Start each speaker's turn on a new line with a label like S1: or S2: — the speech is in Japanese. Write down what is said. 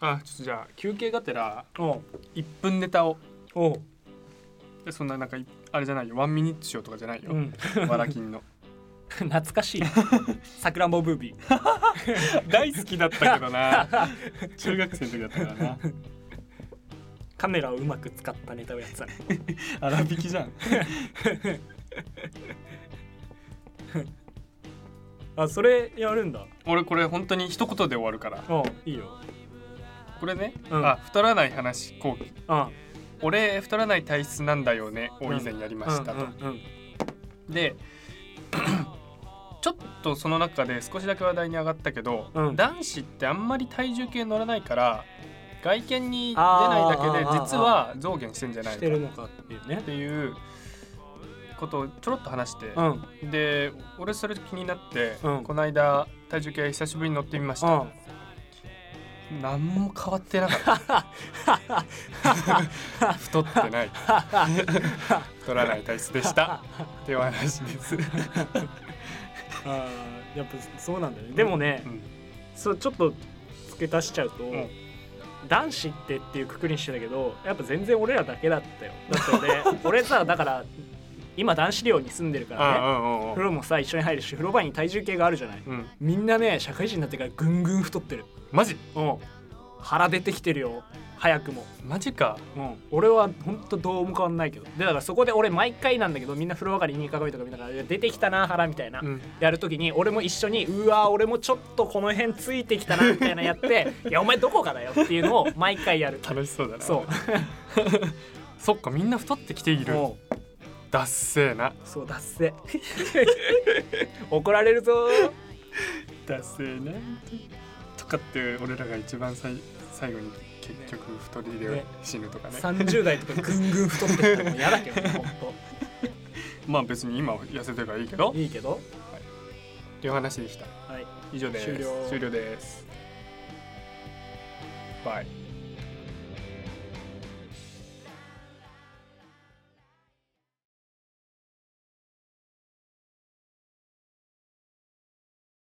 S1: あちょっとじゃあ休憩がてら
S2: おう
S1: 1分ネタを
S2: おう
S1: でそんななんかいあれじゃないよワンミニッチショーとかじゃないよ、
S2: うん
S1: わらきんの
S2: 懐 かしいさくらんぼブービー
S1: 大好きだったけどな 中学生の時だったからな
S2: カメラをうまく使ったネタをやってたね
S1: 粗引きじゃん
S2: あそれやるんだ
S1: 俺これ本当に一言で終わるから
S2: おういいよ
S1: これね、
S2: うん
S1: あ太らない話後期
S2: あ
S1: 俺太らない体質なんだよねを以前やりましたと、
S2: うんうん
S1: で ちょっとその中で少しだけ話題に上がったけど、
S2: うん
S1: 男子ってあんまり体重計乗らないから外見に出な
S2: あ
S1: いだ
S2: ー
S1: けで
S2: あー
S1: 実は増減してんじゃ
S2: うん
S1: ない
S2: し
S1: の
S2: て
S1: かっ
S2: るのかっていうね
S1: ていうことをちょろっと話して
S2: う、ん
S1: で俺それ気になって、
S2: うん
S1: この間体重計久しぶりに乗ってみまし
S2: う
S1: た、
S2: ん
S1: 何も変わってなかった 太ってない太らない体質でしたっていう話です、
S2: あーやっぱそうなんだよねでもね、
S1: うん
S2: そうちょっと付け足しちゃうと、
S1: ん
S2: 男子ってっていうくくりにしてたけどやっぱ全然俺らだけだったよだって 俺俺さだから今男子寮に住んでるからね
S1: あ
S2: 風呂もさ一緒に入るし風呂場に体重計があるじゃない
S1: うんうんうん、うん、
S2: みんなね社会人になってからぐんぐん太ってる
S1: マジ
S2: うん腹出てきてるよ早くも、
S1: マジか
S2: うん、俺はほんとどうも変わんないけどでだからそこで俺毎回なんだけどみんな風呂上がりに鏡とか見ながらいや出てきたな腹みたいな、
S1: うん
S2: やるときに俺も一緒にうわー俺もちょっとこの辺ついてきたなみたいなやって いやお前どこかだよっていうのを毎回やる
S1: 楽しそうだな
S2: そう
S1: そっかみんな太ってきている
S2: も
S1: だっせーな
S2: うそうだっせ 怒られるぞー
S1: だっせーなとかって俺らが一番さい最後に結局太りで
S2: ね
S1: 死ぬとかね
S2: 30代とかぐんぐん太ってきたらもう嫌だけどねほん
S1: まあ別に今は痩せてるからいいけど
S2: といいけど
S1: っていう話でした
S2: はい
S1: 以上です
S2: 終了
S1: 終了ですバイ